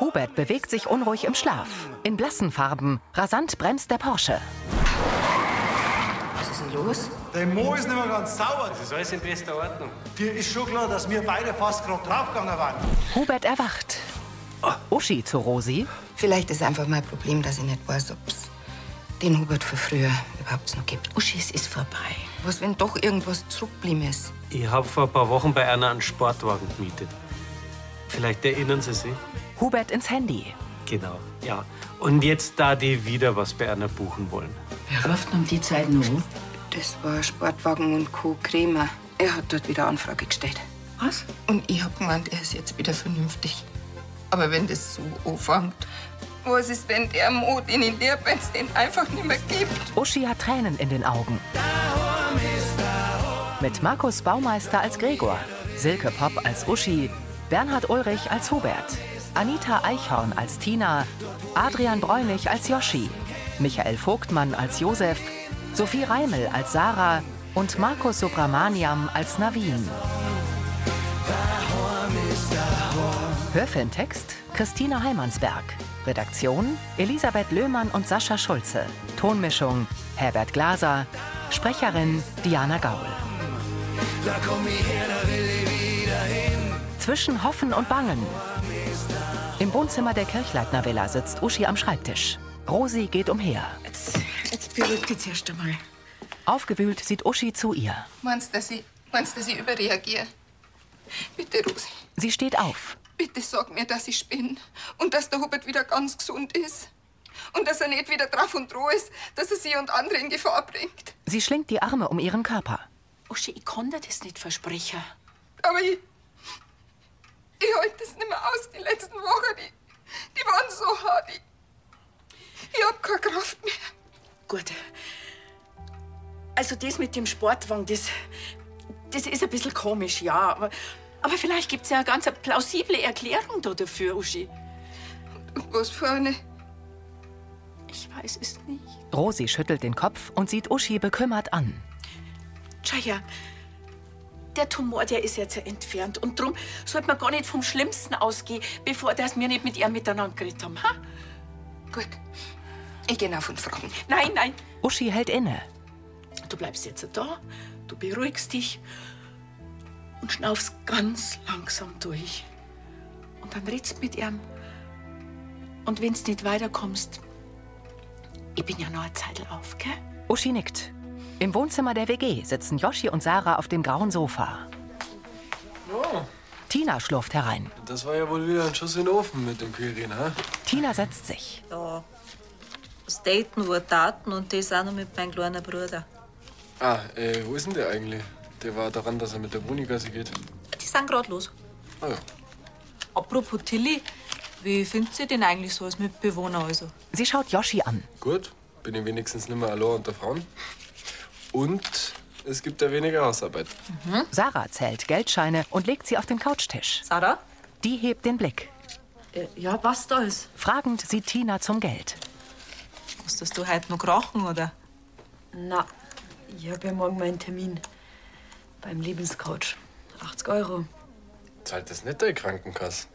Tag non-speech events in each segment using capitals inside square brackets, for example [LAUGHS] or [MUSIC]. Hubert bewegt sich unruhig im Schlaf. In blassen Farben. Rasant bremst der Porsche. Was ist denn los? Der Mo ist nicht mehr ganz sauer. Das ist alles in bester Ordnung. Dir ist schon klar, dass wir beide fast gerade draufgegangen waren. Hubert erwacht. Uschi zu Rosi. Vielleicht ist einfach mein Problem, dass ich nicht weiß, ob's den Hubert für früher überhaupt noch gibt. Uschi, es ist vorbei. Was, wenn doch irgendwas zurückgeblieben ist? Ich habe vor ein paar Wochen bei einer einen Sportwagen gemietet. Vielleicht erinnern Sie sich? Hubert ins Handy. Genau, ja. Und jetzt da die wieder was bei einer buchen wollen. Wer ruft um die Zeit nur an? Das war Sportwagen und Co. Krämer. Er hat dort wieder Anfrage gestellt. Was? Und ich hab gemeint, er ist jetzt wieder vernünftig. Aber wenn das so anfängt, was ist, wenn der Mo, den ich lieb, wenn's den einfach nicht mehr gibt? Uschi hat Tränen in den Augen. Mit Markus Baumeister als Gregor, Silke Popp als Uschi, Bernhard Ulrich als Hubert, Anita Eichhorn als Tina, Adrian Bräunig als Joschi, Michael Vogtmann als Josef, Sophie Reimel als Sarah und Markus Subramaniam als Navin. Hörfilmtext Christina Heimansberg. Redaktion Elisabeth Löhmann und Sascha Schulze. Tonmischung Herbert Glaser. Sprecherin Diana Gaul. Zwischen Hoffen und Bangen. Im Wohnzimmer der Kirchleitner Villa sitzt Uschi am Schreibtisch. Rosi geht umher. Jetzt, jetzt beruhigt dich erst einmal. Aufgewühlt sieht Uschi zu ihr. Meinst du, dass ich, meinst, dass ich überreagiere? Bitte, Rosi, Sie steht auf. bitte sag mir, dass ich spinne. Und dass der Hubert wieder ganz gesund ist. Und dass er nicht wieder drauf und droh ist, dass er sie und andere in Gefahr bringt. Sie schlingt die Arme um ihren Körper. Uschi, ich kann dir das nicht versprechen. Aber ich. Ich halte es nicht mehr aus. Die letzten Wochen, die, die waren so hart. Ich, ich hab keine Kraft mehr. Gut. Also das mit dem Sportwagen, das, das ist ein bisschen komisch, ja. Aber, aber vielleicht gibt's ja eine ganz plausible Erklärung da dafür, Uschi. Und was für eine. Ich weiß es nicht. Rosi schüttelt den Kopf und sieht Uschi bekümmert an. Schau her, der Tumor, der ist jetzt entfernt. Und drum sollte man gar nicht vom Schlimmsten ausgehen, bevor das mir nicht mit ihr miteinander geredet haben. Ha? Gut. Ich gehe auf und fragen. Nein, nein, Uschi hält inne. Du bleibst jetzt da, du beruhigst dich und schnaufst ganz langsam durch. Und dann redst mit ihm. Und wenn's nicht weiterkommst, ich bin ja noch eine Zeitl auf, gell? Uschi nickt. Im Wohnzimmer der WG sitzen Joschi und Sarah auf dem grauen Sofa. Oh. Tina schlurft herein. Das war ja wohl wieder ein Schuss in den Ofen mit dem Quirin, hä? Tina setzt sich. Ja. Das Daten war Daten und das auch noch mit meinem kleinen Bruder. Ah, äh, wo ist denn der eigentlich? Der war daran, dass er mit der Brunigasse geht. Die sind gerade los. Ah ja. Apropos Tilly, wie findet ihr den eigentlich so als Mitbewohner? Also? Sie schaut Joschi an. Gut, bin ich wenigstens nicht mehr allein unter Frauen. Und es gibt ja weniger Hausarbeit. Sarah zählt Geldscheine und legt sie auf den Couchtisch. Sarah? Die hebt den Blick. Äh, ja, was da ist? Fragend sieht Tina zum Geld. Musstest du heute noch krachen, oder? Na, ich habe ja morgen meinen Termin beim Lebenscoach. 80 Euro. Zahlt das nicht der Krankenkasse?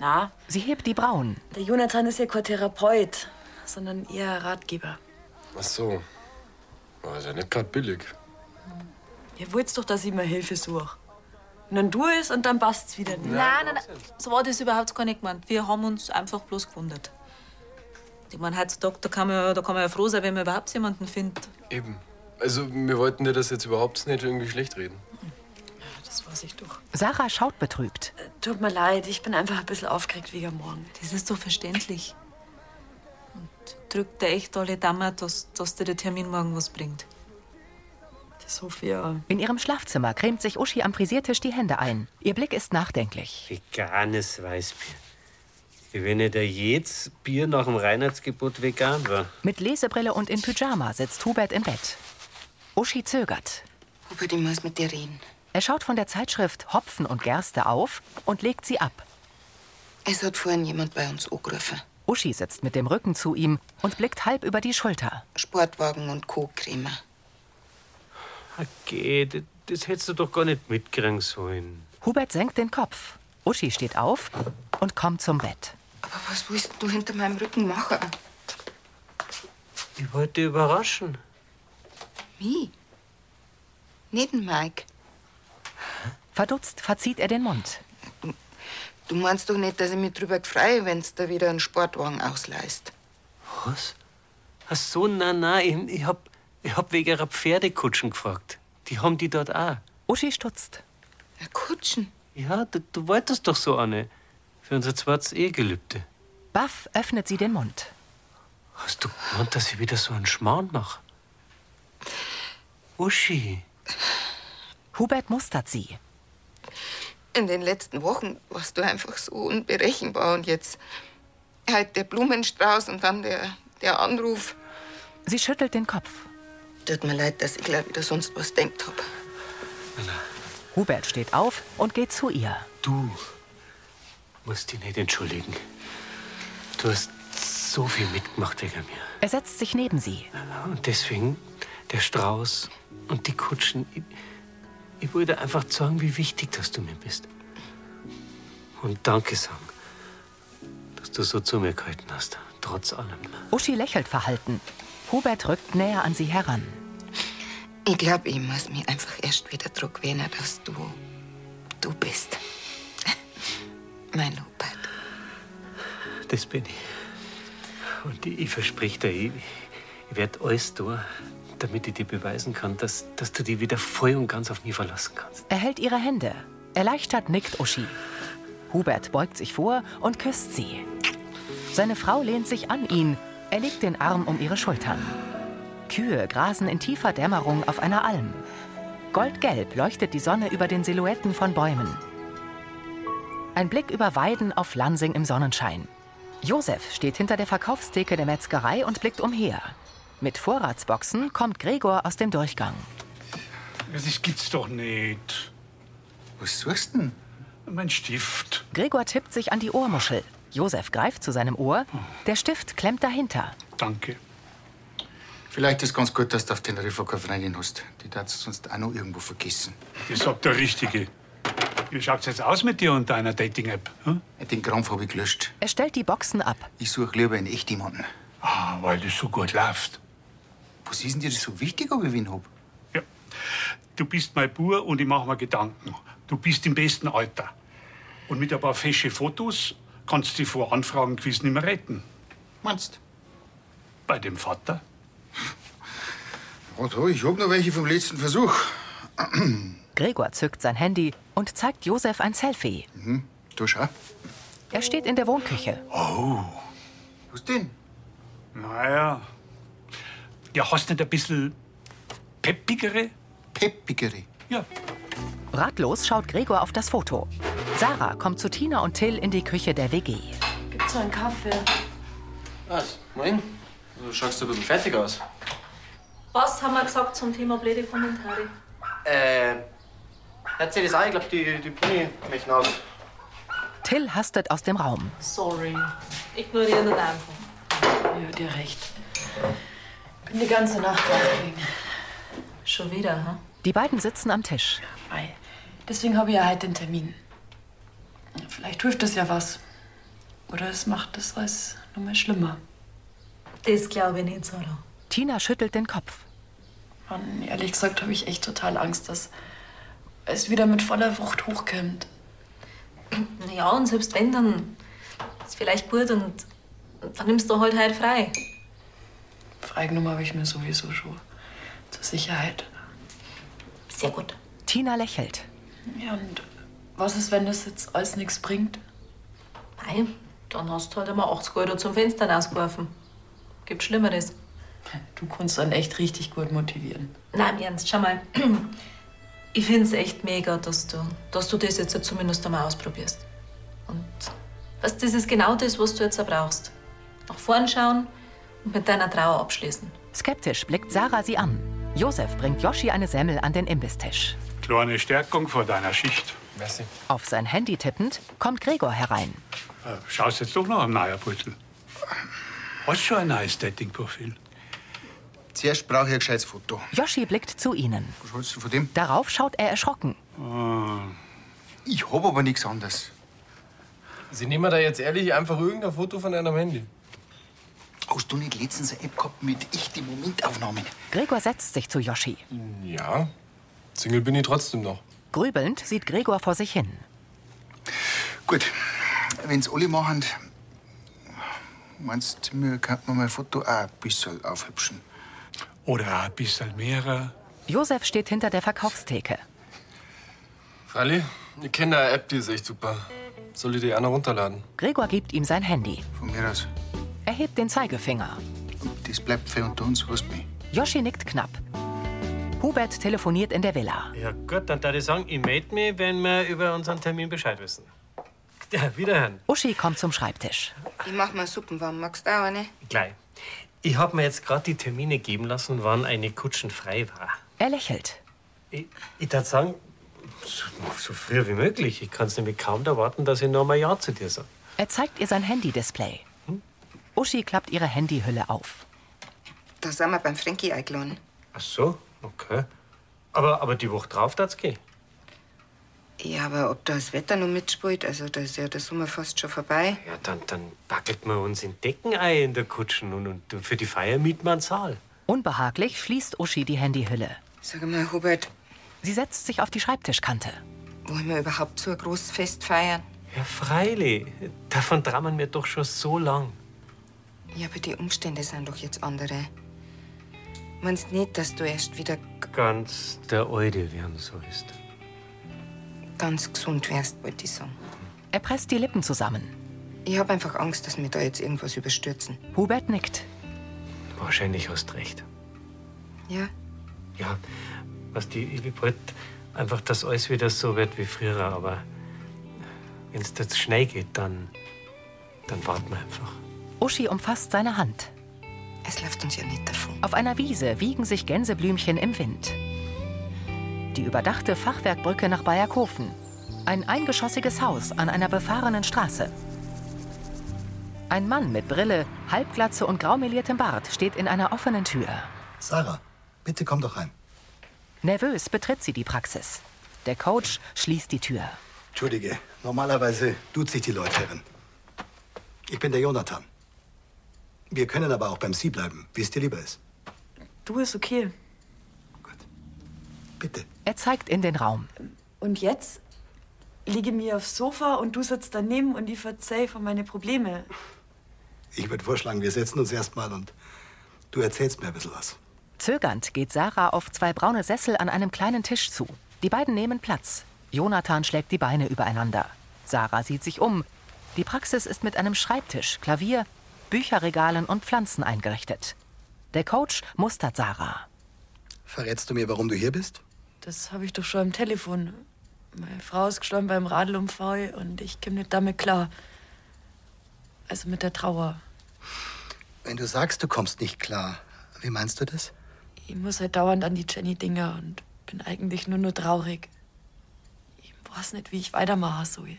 Na, Sie hebt die Brauen. der Jonathan ist ja kein Therapeut, sondern eher Ratgeber. Ach so. War ist ja nicht gerade billig. Ihr wollt's doch, dass ich mir Hilfe suche. Und dann du es und dann passt's wieder nicht. Nein, nein, nein. So war das überhaupt gar nicht gemeint. Wir haben uns einfach bloß gewundert. Ich meine, heutzutage da kann, man, ja- da kann man ja froh sein, wenn man überhaupt jemanden findet. Eben. Also, wir wollten dir das jetzt überhaupt nicht irgendwie schlecht reden. Das weiß ich doch. Äh, Sarah schaut betrübt. Tut mir leid, ich bin einfach ein bisschen aufgeregt wegen morgen. Das ist so verständlich. Und drückt dir echt alle Daumen, dass, dass dir der Termin morgen was bringt. Das hoffe ich ja. äh, In ihrem Schlafzimmer cremt sich Uschi am Frisiertisch die Hände ein. Ihr Blick ist nachdenklich. Veganes Weißbier. Wie wenn nicht jedes Bier nach dem Reinheitsgebot vegan war. Mit Lesebrille und in Pyjama sitzt Hubert im Bett. Uschi zögert. Hubert, ich muss mit dir reden. Er schaut von der Zeitschrift Hopfen und Gerste auf und legt sie ab. Es hat vorhin jemand bei uns angerufen. Uschi sitzt mit dem Rücken zu ihm und blickt halb über die Schulter. Sportwagen und Co. Krämer. Okay, das, das hättest du doch gar nicht mitkriegen sollen. Hubert senkt den Kopf. Uschi steht auf und kommt zum Bett. Was willst du hinter meinem Rücken machen? Ich wollte dich überraschen. Wie? Nicht den Mike. Verdutzt verzieht er den Mund. Du meinst doch nicht, dass ich mich drüber freue, wenn du da wieder einen Sportwagen ausleihst. Was? Ach so, nein, nein, ich, ich hab, ich hab wegen ihrer Pferdekutschen gefragt. Die haben die dort auch. Uschi stutzt. Na, Kutschen. Ja, du, du wolltest doch so eine. Für unser zweites Ehegelübde. Baff öffnet sie den Mund. Hast du gemeint, dass ich wieder so einen Schmarrn mache? Uschi, Hubert mustert sie. In den letzten Wochen warst du einfach so unberechenbar und jetzt halt der Blumenstrauß und dann der, der Anruf. Sie schüttelt den Kopf. Tut mir leid, dass ich gleich wieder sonst was denkt hab. Hubert steht auf und geht zu ihr. du musst dich nicht entschuldigen. Du hast so viel mitgemacht wegen mir. Er setzt sich neben sie. Und deswegen der Strauß und die Kutschen. Ich, ich wollte einfach sagen, wie wichtig dass du mir bist. Und Danke sagen, dass du so zu mir gehalten hast, trotz allem. ne? Uschi lächelt verhalten. Hubert rückt näher an sie heran. Ich glaube, ich muss mich einfach erst wieder druck gewöhnen, dass du du bist. [LAUGHS] mein Hubert. Das bin ich. Und ich, ich versprich dir, ich, ich werde alles tun, damit ich dir beweisen kann, dass, dass du dich wieder voll und ganz auf mich verlassen kannst. Er hält ihre Hände. Erleichtert nickt Uschi. Hubert beugt sich vor und küsst sie. Seine Frau lehnt sich an ihn. Er legt den Arm um ihre Schultern. Kühe grasen in tiefer Dämmerung auf einer Alm. Goldgelb leuchtet die Sonne über den Silhouetten von Bäumen. Ein Blick über Weiden auf Lansing im Sonnenschein. Josef steht hinter der Verkaufstheke der Metzgerei und blickt umher. Mit Vorratsboxen kommt Gregor aus dem Durchgang. Das gibt's doch nicht. Was suchst du denn? Mein Stift. Gregor tippt sich an die Ohrmuschel. Josef greift zu seinem Ohr. Der Stift klemmt dahinter. Danke. Vielleicht ist ganz gut, dass du auf den keine Freundin hast. Die darfst du sonst auch noch irgendwo vergessen. Das sagt der Richtige. Wie schaut's jetzt aus mit dir und deiner Dating-App? Hm? Den Krampf habe ich gelöscht. Er stellt die Boxen ab. Ich suche lieber einen echt jemanden. Ah, weil das so gut läuft. Was ist denn dir das so wichtig, ob ich wen hab? Ja. Du bist mein Bur und ich mache mir Gedanken. Du bist im besten Alter. Und mit ein paar fesche Fotos kannst du dich vor Anfragen gewiss nicht mehr retten. Meinst Bei dem Vater? du? Ja, ich hab noch welche vom letzten Versuch. Gregor zückt sein Handy und zeigt Josef ein Selfie. Du schau. Er steht in der Wohnküche. Was denn? Naja. Ja, hast nicht ein bisschen peppigere? Peppigere. Ja. Ratlos schaut Gregor auf das Foto. Sarah kommt zu Tina und Till in die Küche der WG. Gibt's noch einen Kaffee? Was? Moin. Du schaust ein bisschen fertig aus. Was haben wir gesagt zum Thema blöde Kommentare? Äh, erzähl das auch. Ich glaub, die, die Bunny möchten aus. Till hastet aus dem Raum. Sorry. Ignorieren und einfach. Ja, dir recht. Bin die ganze Nacht wach gelegen. Schon wieder, hm? Die beiden sitzen am Tisch. Mei. Deswegen habe ich ja heute den Termin. Vielleicht hilft das ja was. Oder es macht das alles noch mal schlimmer. Das glaube ich nicht, Sarah. Tina schüttelt den Kopf. Mann, ehrlich gesagt habe ich echt total Angst, dass es wieder mit voller Wucht hochkommt. Naja, und selbst wenn, dann ist vielleicht gut und dann nimmst du halt halt frei. Freigenommen habe ich mir sowieso schon. Zur Sicherheit. Sehr gut. Tina lächelt. Ja, und was ist, wenn das jetzt alles nichts bringt? Mei, dann hast du halt einmal 80 Euro zum Fenster rausgeworfen. Gibt Schlimmeres. Du kannst dann echt richtig gut motivieren. Nein, im Ernst, schau mal. Ich find's echt mega, dass du, dass du das jetzt zumindest einmal ausprobierst. Und was das ist genau das, was du jetzt auch brauchst. Nach vorn schauen und mit deiner Trauer abschließen. Skeptisch blickt Sarah sie an. Josef bringt Joschi eine Semmel an den Imbistisch. Kleine Stärkung vor deiner Schicht. Merci. Auf sein Handy tippend kommt Gregor herein. Äh, Schaust jetzt doch noch am Neuerbüttel. Hast schon ein neues Dating-Profil? Zuerst brauche ich ein gescheites Foto. Joschi blickt zu ihnen. Was hältst du von dem? Darauf schaut er erschrocken. Ich hab aber nichts anderes. Sie nehmen da jetzt ehrlich einfach irgendein Foto von einem Handy. Hast du nicht letztens eine App gehabt mit ich die Momentaufnahmen? Gregor setzt sich zu Yoshi. Ja, Single bin ich trotzdem noch. Grübelnd sieht Gregor vor sich hin. Gut, wenn's alle machen, meinst du, wir könnten mal ein Foto auch ein bisschen aufhübschen? Oder ein bisschen mehrer. Josef steht hinter der Verkaufstheke. Fralli, ich kenne da eine App, die ist echt super. Soll ich die einer runterladen? Gregor gibt ihm sein Handy. Von mir aus. Er hebt den Zeigefinger. Das bleibt für unter uns, was mich. Yoshi nickt knapp. Hubert telefoniert in der Villa. Ja gut, dann würde ich sagen, ich melde mich, wenn wir über unseren Termin Bescheid wissen. Ja, wiederhören. Uschi kommt zum Schreibtisch. Ich mach mal Suppen warm. Magst du auch eine? Gleich. Ich habe mir jetzt gerade die Termine geben lassen, wann eine Kutschen frei war. Er lächelt. Ich, ich würde sagen, so, so früh wie möglich. Ich kann es nämlich kaum erwarten, dass ich noch mal Ja zu dir sage. Er zeigt ihr sein Handy-Display. Uschi klappt ihre Handyhülle auf. Da sind wir beim Frankie eingeladen. Ach so, okay. Aber, aber die Woche drauf, das geht. Ja, aber ob da das Wetter noch mitspielt, also da ist ja der Sommer fast schon vorbei. Ja, dann, dann backelt man uns in Deckenei in der Kutschen und, und für die Feier mieten wir einen Saal. Unbehaglich schließt Uschi die Handyhülle. Sag mal, Hubert, Sie setzt sich auf die Schreibtischkante. wollen wir überhaupt so ein großes Fest feiern? Ja, freilich. Davon träumen wir doch schon so lang. Ja, aber die Umstände sind doch jetzt andere. Meinst nicht, dass du erst wieder Ganz der Alte werden sollst. ganz gesund wärst, wollte ich sagen. Er presst die Lippen zusammen. Ich hab einfach Angst, dass wir da jetzt irgendwas überstürzen. Hubert nickt. Wahrscheinlich hast recht. Ja? Ja, was die, ich wollte einfach, dass alles wieder so wird wie früher, aber wenn es jetzt schnell geht, dann, dann warten wir einfach. Uschi umfasst seine Hand. Es läuft uns ja nicht davon. Auf einer Wiese wiegen sich Gänseblümchen im Wind. Die überdachte Fachwerkbrücke nach Bayerkofen. Ein eingeschossiges Haus an einer befahrenen Straße. Ein Mann mit Brille, Halbglatze und graumeliertem Bart steht in einer offenen Tür. Sarah, bitte komm doch rein. Nervös betritt sie die Praxis. Der Coach schließt die Tür. Entschuldige, normalerweise duzt sich die Leutherrin. Ich bin der Jonathan. Wir können aber auch beim Sie bleiben, wie es dir lieber ist. Du ist okay. Er zeigt in den Raum. Und jetzt liege ich mir aufs Sofa und du sitzt daneben und ich verzeih von meine Probleme. Ich würde vorschlagen, wir setzen uns erstmal und du erzählst mir ein bisschen was. Zögernd geht Sarah auf zwei braune Sessel an einem kleinen Tisch zu. Die beiden nehmen Platz. Jonathan schlägt die Beine übereinander. Sarah sieht sich um. Die Praxis ist mit einem Schreibtisch, Klavier, Bücherregalen und Pflanzen eingerichtet. Der Coach mustert Sarah. Verrätst du mir, warum du hier bist? Das habe ich doch schon am Telefon. Meine Frau ist gestorben beim Radlunfall und ich komme nicht damit klar. Also mit der Trauer. Wenn du sagst, du kommst nicht klar, wie meinst du das? Ich muss halt dauernd an die Jenny Dinger und bin eigentlich nur nur traurig. Ich weiß nicht, wie ich weitermachen soll.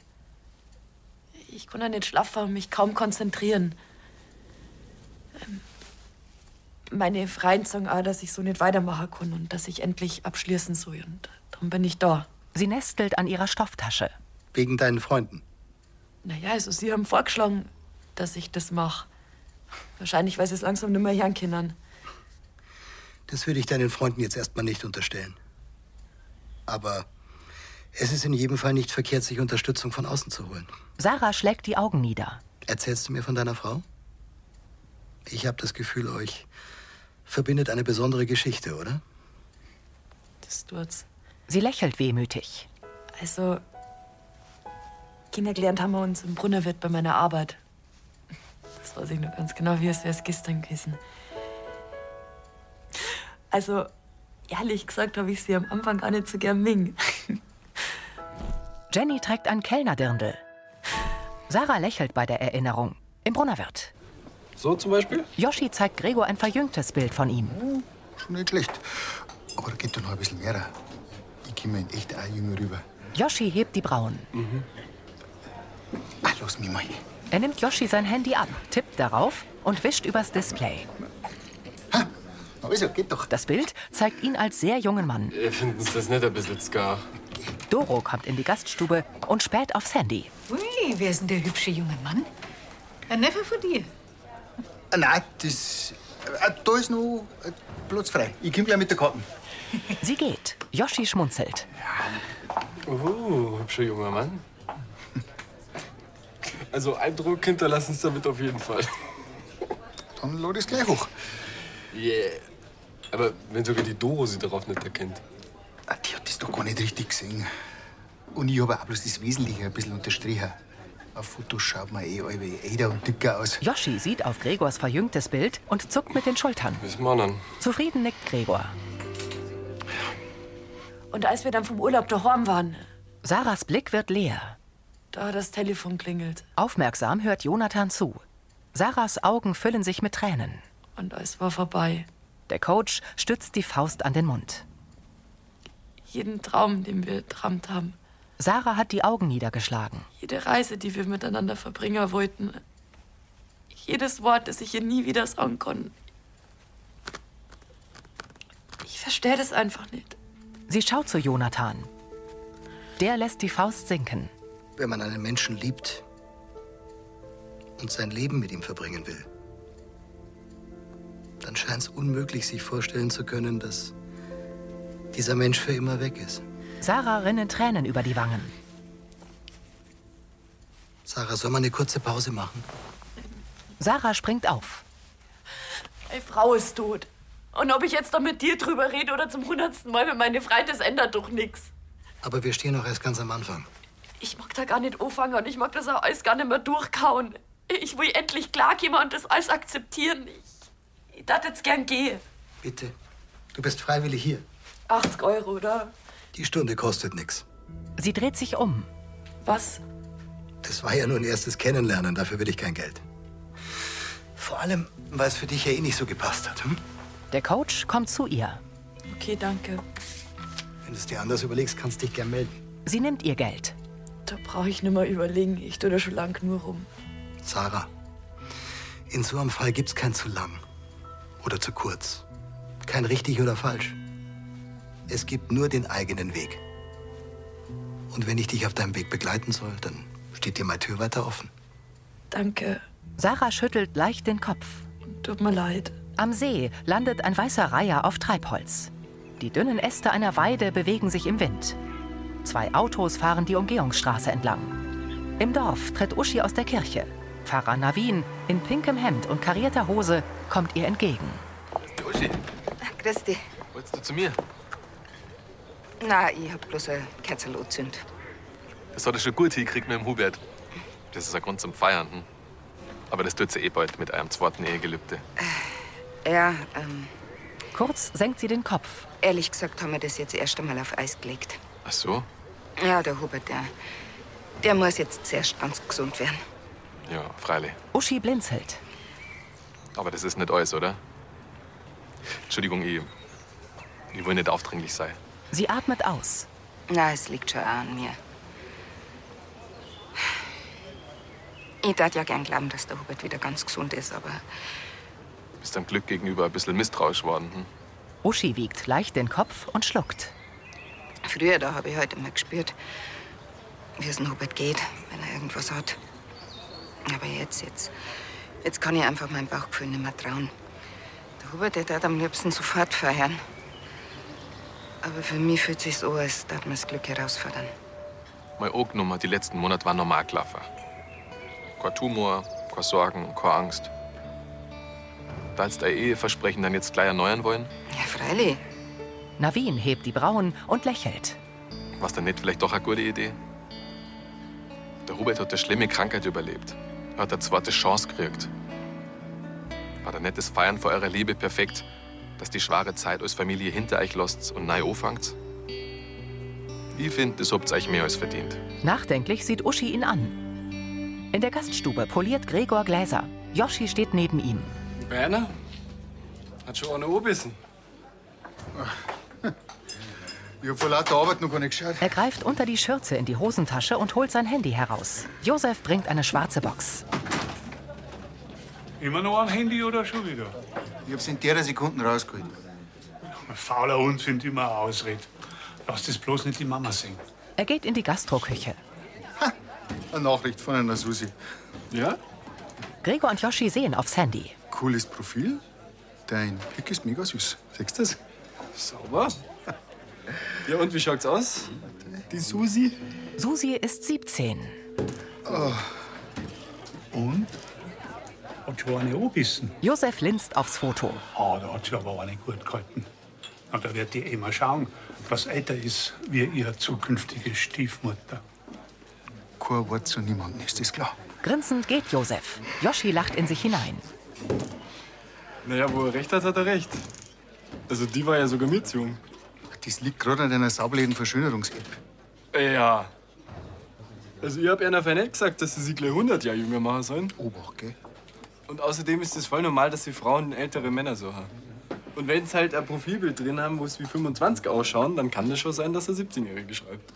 Ich kann ja nicht schlafen und mich kaum konzentrieren. Ähm, Meine Freien sagen auch, dass ich so nicht weitermachen kann und dass ich endlich abschließen soll. Und darum bin ich da. Sie nestelt an ihrer Stofftasche. Wegen deinen Freunden. Naja, also sie haben vorgeschlagen, dass ich das mache. Wahrscheinlich, weil sie es langsam nicht mehr hinkindern. Das würde ich deinen Freunden jetzt erstmal nicht unterstellen. Aber es ist in jedem Fall nicht verkehrt, sich Unterstützung von außen zu holen. Sarah schlägt die Augen nieder. Erzählst du mir von deiner Frau? Ich habe das Gefühl, euch verbindet eine besondere Geschichte, oder? Das tut's. Sie lächelt wehmütig. Also, kennengelernt haben wir uns im Brunnerwirt bei meiner Arbeit. Das weiß ich noch ganz genau, wie es wäre gestern gewesen. Also, ehrlich gesagt, habe ich sie am Anfang gar nicht so gern ming. Jenny trägt ein Kellnerdirndl. Sarah lächelt bei der Erinnerung. Im Brunnerwirt. So zum Beispiel? Yoshi zeigt Gregor ein verjüngtes Bild von ihm. Schon nicht schlecht. Aber da geht doch noch ein bisschen mehr. Ich komme in echt auch jünger rüber. Yoshi hebt die Brauen. Ach, los, Ah, mich mal. Er nimmt Yoshi sein Handy ab, tippt darauf und wischt übers Display. Also, geht doch. Das Bild zeigt ihn als sehr jungen Mann. Äh, Finden Sie das nicht ein bisschen skar? Doro kommt in die Gaststube und späht aufs Handy. Ui, wer ist denn der hübsche junge Mann? Ein Neffe von dir. Ah, Nein, das. ah, Da ist noch äh, Platz frei. Ich komme gleich mit der Karten. Sie geht. Yoshi schmunzelt. Oh, hübscher junger Mann. Also Eindruck hinterlassen Sie damit auf jeden Fall. Dann lade ich gleich hoch. Yeah. Aber wenn sogar die Doro sie darauf nicht erkennt. Ah, Die hat das doch gar nicht richtig gesehen. Und ich habe auch bloß das Wesentliche ein bisschen unterstrichen. Auf Fotos schaut man eh alle älter und dicker aus. Yoshi sieht auf Gregors verjüngtes Bild und zuckt mit den Schultern. Ist Mannen. Zufrieden nickt Gregor. Und als wir dann vom Urlaub daheim waren, Sarahs Blick wird leer. da das Telefon klingelt. Aufmerksam hört Jonathan zu. Sarahs Augen füllen sich mit Tränen. Und es war vorbei. Der Coach stützt die Faust an den Mund. Jeden Traum, den wir geträumt haben, Sarah hat die Augen niedergeschlagen. jede Reise, die wir miteinander verbringen wollten, jedes Wort, das ich ihr nie wieder sagen kann. Ich verstehe das einfach nicht. Sie schaut zu Jonathan. Der lässt die Faust sinken. Wenn man einen Menschen liebt und sein Leben mit ihm verbringen will, dann scheint es unmöglich, sich vorstellen zu können, dass dieser Mensch für immer weg ist. Sarah rinnen Tränen über die Wangen. Sarah, soll man eine kurze Pause machen? Sarah springt auf. Meine Frau ist tot. Und ob ich jetzt noch mit dir drüber rede oder zum hundertsten Mal mit meine Freiheit, das ändert doch nichts. Aber wir stehen noch erst ganz am Anfang. Ich mag da gar nicht anfangen und ich mag das auch alles gar nicht mehr durchkauen. Ich will endlich klarkommen und das alles akzeptieren. Ich, ich darf jetzt gern gehen. Bitte. Du bist freiwillig hier. 80 Euro, oder? Die Stunde kostet nichts. Sie dreht sich um. Was? Das war ja nur ein erstes Kennenlernen, dafür will ich kein Geld. Vor allem, weil es für dich ja eh nicht so gepasst hat. Hm? Der Coach kommt zu ihr. Okay, danke. Wenn du es dir anders überlegst, kannst du dich gern melden. Sie nimmt ihr Geld. Da brauche ich nicht mehr überlegen. Ich tue da schon lang nur rum. Sarah, in so einem Fall gibt's kein zu lang oder zu kurz. Kein richtig oder falsch. Es gibt nur den eigenen Weg. Und wenn ich dich auf deinem Weg begleiten soll, dann steht dir meine Tür weiter offen. Danke. Sarah schüttelt leicht den Kopf. Tut mir leid. Am See landet ein weißer Reiher auf Treibholz. Die dünnen Äste einer Weide bewegen sich im Wind. Zwei Autos fahren die Umgehungsstraße entlang. Im Dorf tritt Uschi aus der Kirche. Pfarrer Navin in pinkem Hemd und karierter Hose kommt ihr entgegen. Uschi, Grüß dich. wolltest du zu mir? Nein, ich hab bloß ein Kerzel angezündet. Das hat er schon gut hingekriegt mit dem Hubert. Das ist ein Grund zum Feiern. Hm? Aber das tut sie eh bald mit einem zweiten Ehegelübde. Ja, ähm. Kurz senkt sie den Kopf. Ehrlich gesagt haben wir das jetzt erst einmal auf Eis gelegt. Ach so? Ja, der Hubert, der, der muss jetzt zuerst ganz gesund werden. Ja, freilich. Uschi blinzelt. Aber das ist nicht alles, oder? Entschuldigung, ich. Ich will nicht aufdringlich sein. Sie atmet aus. Na, es liegt schon auch an mir. Ich tat ja gern glauben, dass der Hubert wieder ganz gesund ist, aber Bist deinem Glück gegenüber ein bisschen misstrauisch geworden. Hm? Uschi wiegt leicht den Kopf und schluckt. früher, da habe ich halt immer gespürt, wie es dem Hubert geht, wenn er irgendwas hat. Aber jetzt, jetzt, jetzt kann ich einfach meinem Bauchgefühl nicht mehr trauen. Der Hubert, der tat am liebsten sofort feiern. Aber für mich fühlt sich so, als darf man das Glück herausfordern. Mein Ognummer die letzten Monate war normal gelaufen. Kein Tumor, keine Sorgen, keine Angst. Da jetzt dein Eheversprechen dann jetzt gleich erneuern wollen, Ja, freilich. Navin hebt die Brauen und lächelt. war es dann nicht vielleicht doch eine gute Idee? Der Hubert hat eine schlimme Krankheit überlebt. Er hat eine zweite Chance gekriegt. War dann nicht das Feiern vor eurer Liebe perfekt, dass die schwere Zeit als Familie hinter euch lasst und neu anfangt? Ich finde, das habt ihr euch mehr als verdient. Nachdenklich sieht Uschi ihn an. In der Gaststube poliert Gregor Gläser. Yoshi steht neben ihm. Werner? Hat schon eine Obissen. Ich hab vor lauter Arbeit noch gar nicht geschaut. Er greift unter die Schürze in die Hosentasche und holt sein Handy heraus. Josef bringt eine schwarze Box. Immer noch am Handy oder schon wieder? Ich hab's in derer Sekunden rausgeholt. Ein fauler Hund sind immer eine Ausrede. Lass das bloß nicht die Mama sehen. Er geht in die Gastroküche. Eine Nachricht von einer Susi. Ja? Gregor und Yoshi sehen aufs Handy. Cooles Profil. Dein Pick ist mega süß. Siehst du das? Sauber. [LAUGHS] Ja, und wie schaut's aus? Die Susi. Susi ist 17. Und? Hat schon eine angebissen. Josef linst aufs Foto. Ah, da hat sie aber auch nicht gut gehalten. Na, da wird die Emma schauen, was älter ist wie ihre zukünftige Stiefmutter. Kein Wort zu niemandem, ist das klar. Grinsend geht Josef. Yoshi lacht in sich hinein. Naja, wo er recht hat, hat er recht. Also die war ja sogar mit jung. Das liegt gerade an deiner saubläden Verschönerungs-App. Ja. Also ich hab Erna nicht gesagt, dass sie sich gleich 100 Jahre jünger machen sollen. Obacht, gell? Und außerdem ist es voll normal, dass die Frauen ältere Männer so haben. Und wenn sie halt ein Profilbild drin haben, wo es wie 25 ausschauen, dann kann das schon sein, dass er 17-Jährige schreibt.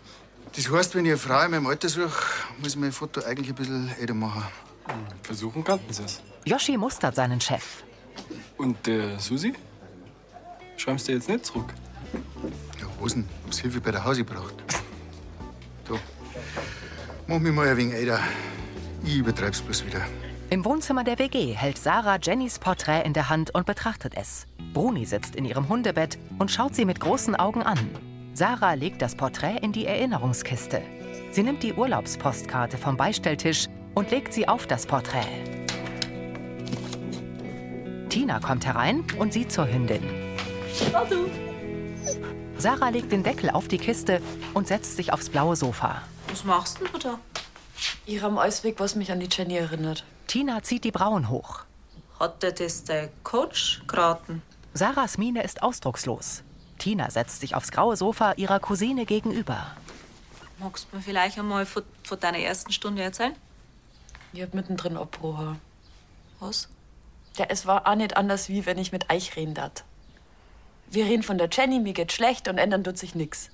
Das heißt, wenn ich eine Frau in meinem Alter suche, muss ich mein Foto eigentlich ein bisschen älter machen. Versuchen kannten sie es. Yoshi mustert seinen Chef. Und der Susi? Schreibst du jetzt nicht zurück? Ja, was denn? Hab's Hilfe bei der Hause gebraucht. Du, mach mich mal ein wenig älter. Ich übertreib's bloß wieder. Im Wohnzimmer der WG hält Sarah Jennys Porträt in der Hand und betrachtet es. Bruni sitzt in ihrem Hundebett und schaut sie mit großen Augen an. Sarah legt das Porträt in die Erinnerungskiste. Sie nimmt die Urlaubspostkarte vom Beistelltisch und legt sie auf das Porträt. Tina kommt herein und sieht zur Hündin. Sarah legt den Deckel auf die Kiste und setzt sich aufs blaue Sofa. Was machst denn du da? Ich räum alles weg, was mich an die Jenny erinnert. Tina zieht die Brauen hoch. Hat dir das dein Coach geraten? Sarahs Miene ist ausdruckslos. Tina setzt sich aufs graue Sofa ihrer Cousine gegenüber. Magst du mir vielleicht einmal von, von deiner ersten Stunde erzählen? Ich hab mittendrin abgebrochen. Was? Ja, es war auch nicht anders, wie wenn ich mit euch reden dat. Wir reden von der Jenny, mir geht's schlecht und ändern tut sich nix.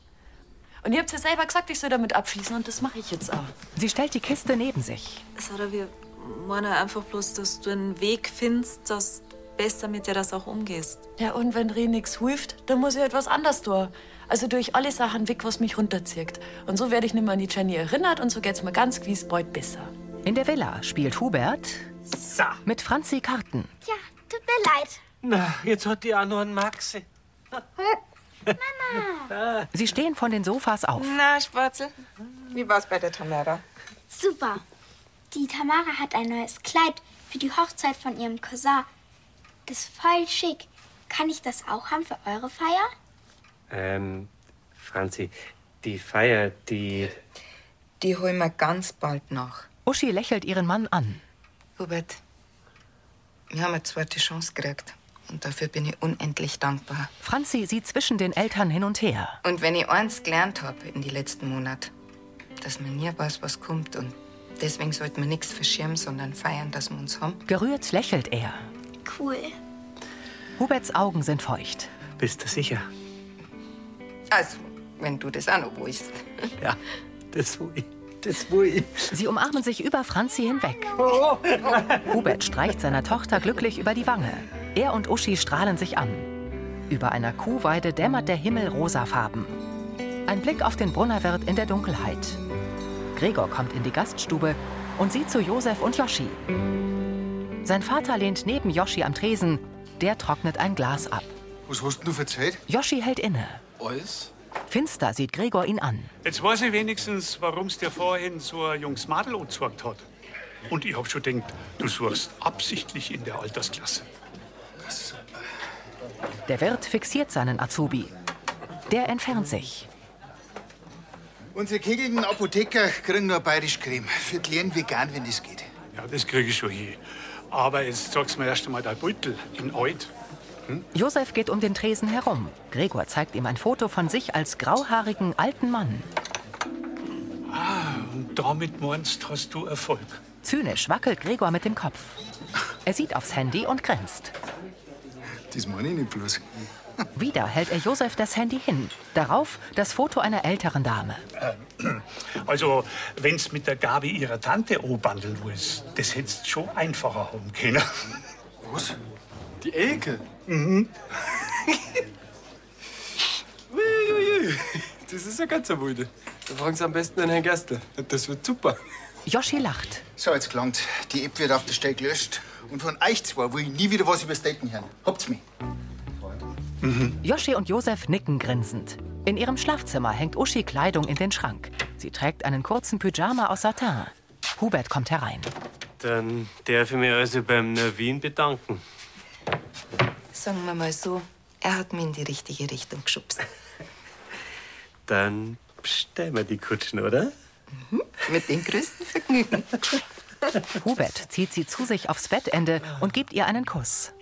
Und ihr habt ja selber gesagt, ich soll damit abschließen und das mache ich jetzt auch. Sie stellt die Kiste neben sich. Sarah, wir meinen einfach bloß, dass du einen Weg findest, dass du besser mit dir das auch umgehst. Ja, und wenn Reh nix hilft, dann muss ich etwas anders tun. Also durch alle Sachen weg, was mich runterzieht. Und so werde ich nimmer an die Jenny erinnert und so geht's mir ganz gewiss bald besser. In der Villa spielt Hubert mit Franzi Karten. Ja, tut mir leid. Na, jetzt hat die auch noch einen Maxi. Mama. Sie stehen von den Sofas auf. Na, Spatzel, wie war's bei der Tamara? Super. Die Tamara hat ein neues Kleid für die Hochzeit von ihrem Cousin. Das ist voll schick. Kann ich das auch haben für eure Feier? Ähm, Franzi, die Feier, die. Die holen wir ganz bald nach. Uschi lächelt ihren Mann an. Hubert, wir haben eine zweite Chance gekriegt. Und dafür bin ich unendlich dankbar. Franzi sieht zwischen den Eltern hin und her. Und wenn ich eins gelernt habe in den letzten Monaten, dass man nie weiß, was kommt. Und deswegen sollten wir nichts verschirmen, sondern feiern, dass wir uns haben. Gerührt lächelt er. Cool. Huberts Augen sind feucht. Bist du sicher? Also, wenn du das auch noch willst. Ja, das will ich. Das will ich. Sie umarmen sich über Franzi hinweg. Hubert streicht seiner Tochter glücklich über die Wange. Er und Uschi strahlen sich an. Über einer Kuhweide dämmert der Himmel rosafarben. Ein Blick auf den Brunnerwirt in der Dunkelheit. Gregor kommt in die Gaststube und sieht zu Josef und Joschi. Sein Vater lehnt neben Joschi am Tresen. Der trocknet ein Glas ab. Was hast denn du verzählt? Joschi hält inne. Alles? Finster sieht Gregor ihn an. Jetzt weiß ich wenigstens, warum es dir vorhin so ein junges Madel angezeigt hat. Und ich hab schon gedacht, du suchst absichtlich in der Altersklasse. Der Wirt fixiert seinen Azubi. Der entfernt sich. Unsere kegelnden Apotheker kriegen nur bayerisch Creme. Für die Lehren vegan, wenn das geht. Ja, das krieg ich schon hin. Aber jetzt zeigst du mir erst einmal dein Beutel in Alt. Josef geht um den Tresen herum. Gregor zeigt ihm ein Foto von sich als grauhaarigen alten Mann. Ah, und damit meinst hast du Erfolg. Zynisch wackelt Gregor mit dem Kopf. Er sieht aufs Handy und grinst. Das meine ich nicht bloß. Wieder hält er Josef das Handy hin. Darauf das Foto einer älteren Dame. Also, wenn's mit der Gabi ihrer Tante anbandeln willst, das hättest du schon einfacher haben können. Was? Die Elke? Mhm. [LAUGHS] Uiuiui. Das ist ja ganz eine wilde. Da fragen Sie am besten den Herrn Gerstl. Das wird super. Joschi lacht. So, jetzt gelangt. Die App wird auf der Stelle gelöscht. Und von euch zwei will ich nie wieder was über Stecken hören. Habt's mich. Joschi und Josef nicken grinsend. In ihrem Schlafzimmer hängt Uschi Kleidung in den Schrank. Sie trägt einen kurzen Pyjama aus Satin. Hubert kommt herein. Dann darf ich mich also beim Navin bedanken. [LAUGHS] Sagen wir mal so, er hat mich in die richtige Richtung geschubst. Dann bestellen wir die Kutschen, oder? Mit den größten Vergnügen. Hubert zieht sie zu sich aufs Bettende und gibt ihr einen Kuss.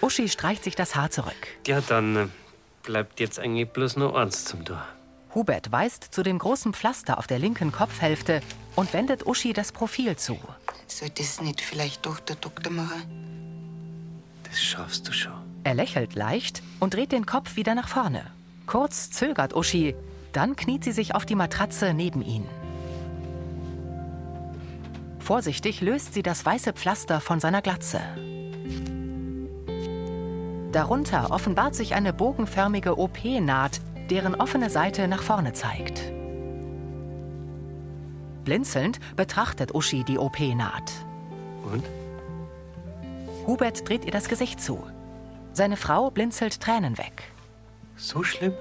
Uschi streicht sich das Haar zurück. Ja, dann äh, bleibt jetzt eigentlich bloß nur eins zum Tor. Hubert weist zu dem großen Pflaster auf der linken Kopfhälfte und wendet Uschi das Profil zu. Sollte es nicht vielleicht doch der Doktor machen? Das schaffst du schon. Er lächelt leicht und dreht den Kopf wieder nach vorne. Kurz zögert Uschi, dann kniet sie sich auf die Matratze neben ihn. Vorsichtig löst sie das weiße Pflaster von seiner Glatze. Darunter offenbart sich eine bogenförmige OP-Naht, deren offene Seite nach vorne zeigt. Blinzelnd betrachtet Uschi die OP-Naht. Und? Hubert dreht ihr das Gesicht zu. Seine Frau blinzelt Tränen weg. So schlimm?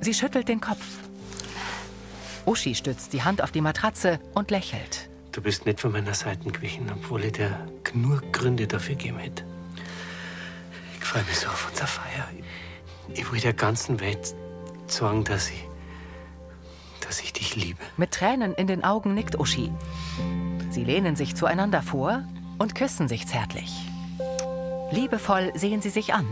Sie schüttelt den Kopf. Uschi stützt die Hand auf die Matratze und lächelt. Du bist nicht von meiner Seite gewichen, obwohl ich dir nur Gründe dafür gegeben hätte. Ich freue mich so auf unsere Feier. Ich will der ganzen Welt sagen, dass ich, dass ich dich liebe. Mit Tränen in den Augen nickt Uschi. Sie lehnen sich zueinander vor und küssen sich zärtlich. Liebevoll sehen sie sich an.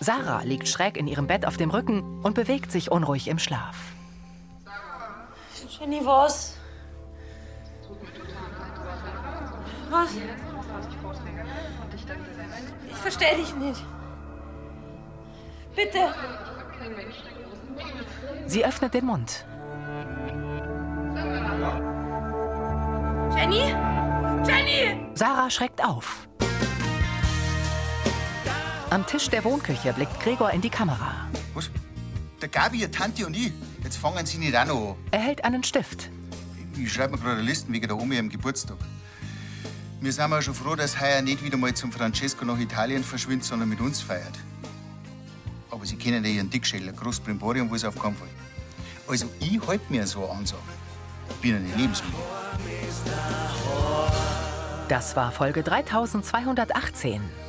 Sarah liegt schräg in ihrem Bett auf dem Rücken und bewegt sich unruhig im Schlaf. Jenny, was? Was? Ich verstehe dich nicht. Bitte. Sie öffnet den Mund. Jenny? Jenny! Sarah schreckt auf. Am Tisch der Wohnküche blickt Gregor in die Kamera. Der Gabi, ihr Tante und ich, jetzt fangen sie nicht an. an. Er hält einen Stift. Ich schreibe mir gerade eine Liste wegen der Omi am Geburtstag. Wir sind ja schon froh, dass heuer nicht wieder mal zum Francesco nach Italien verschwindet, sondern mit uns feiert. Aber sie kennen ja ihren Dickschädel, ein großes Brimborium, wo es auf keinen Fall. Also, ich halte mir so eine Ansage. Ich bin eine Lebensmittel. Das war Folge 3218.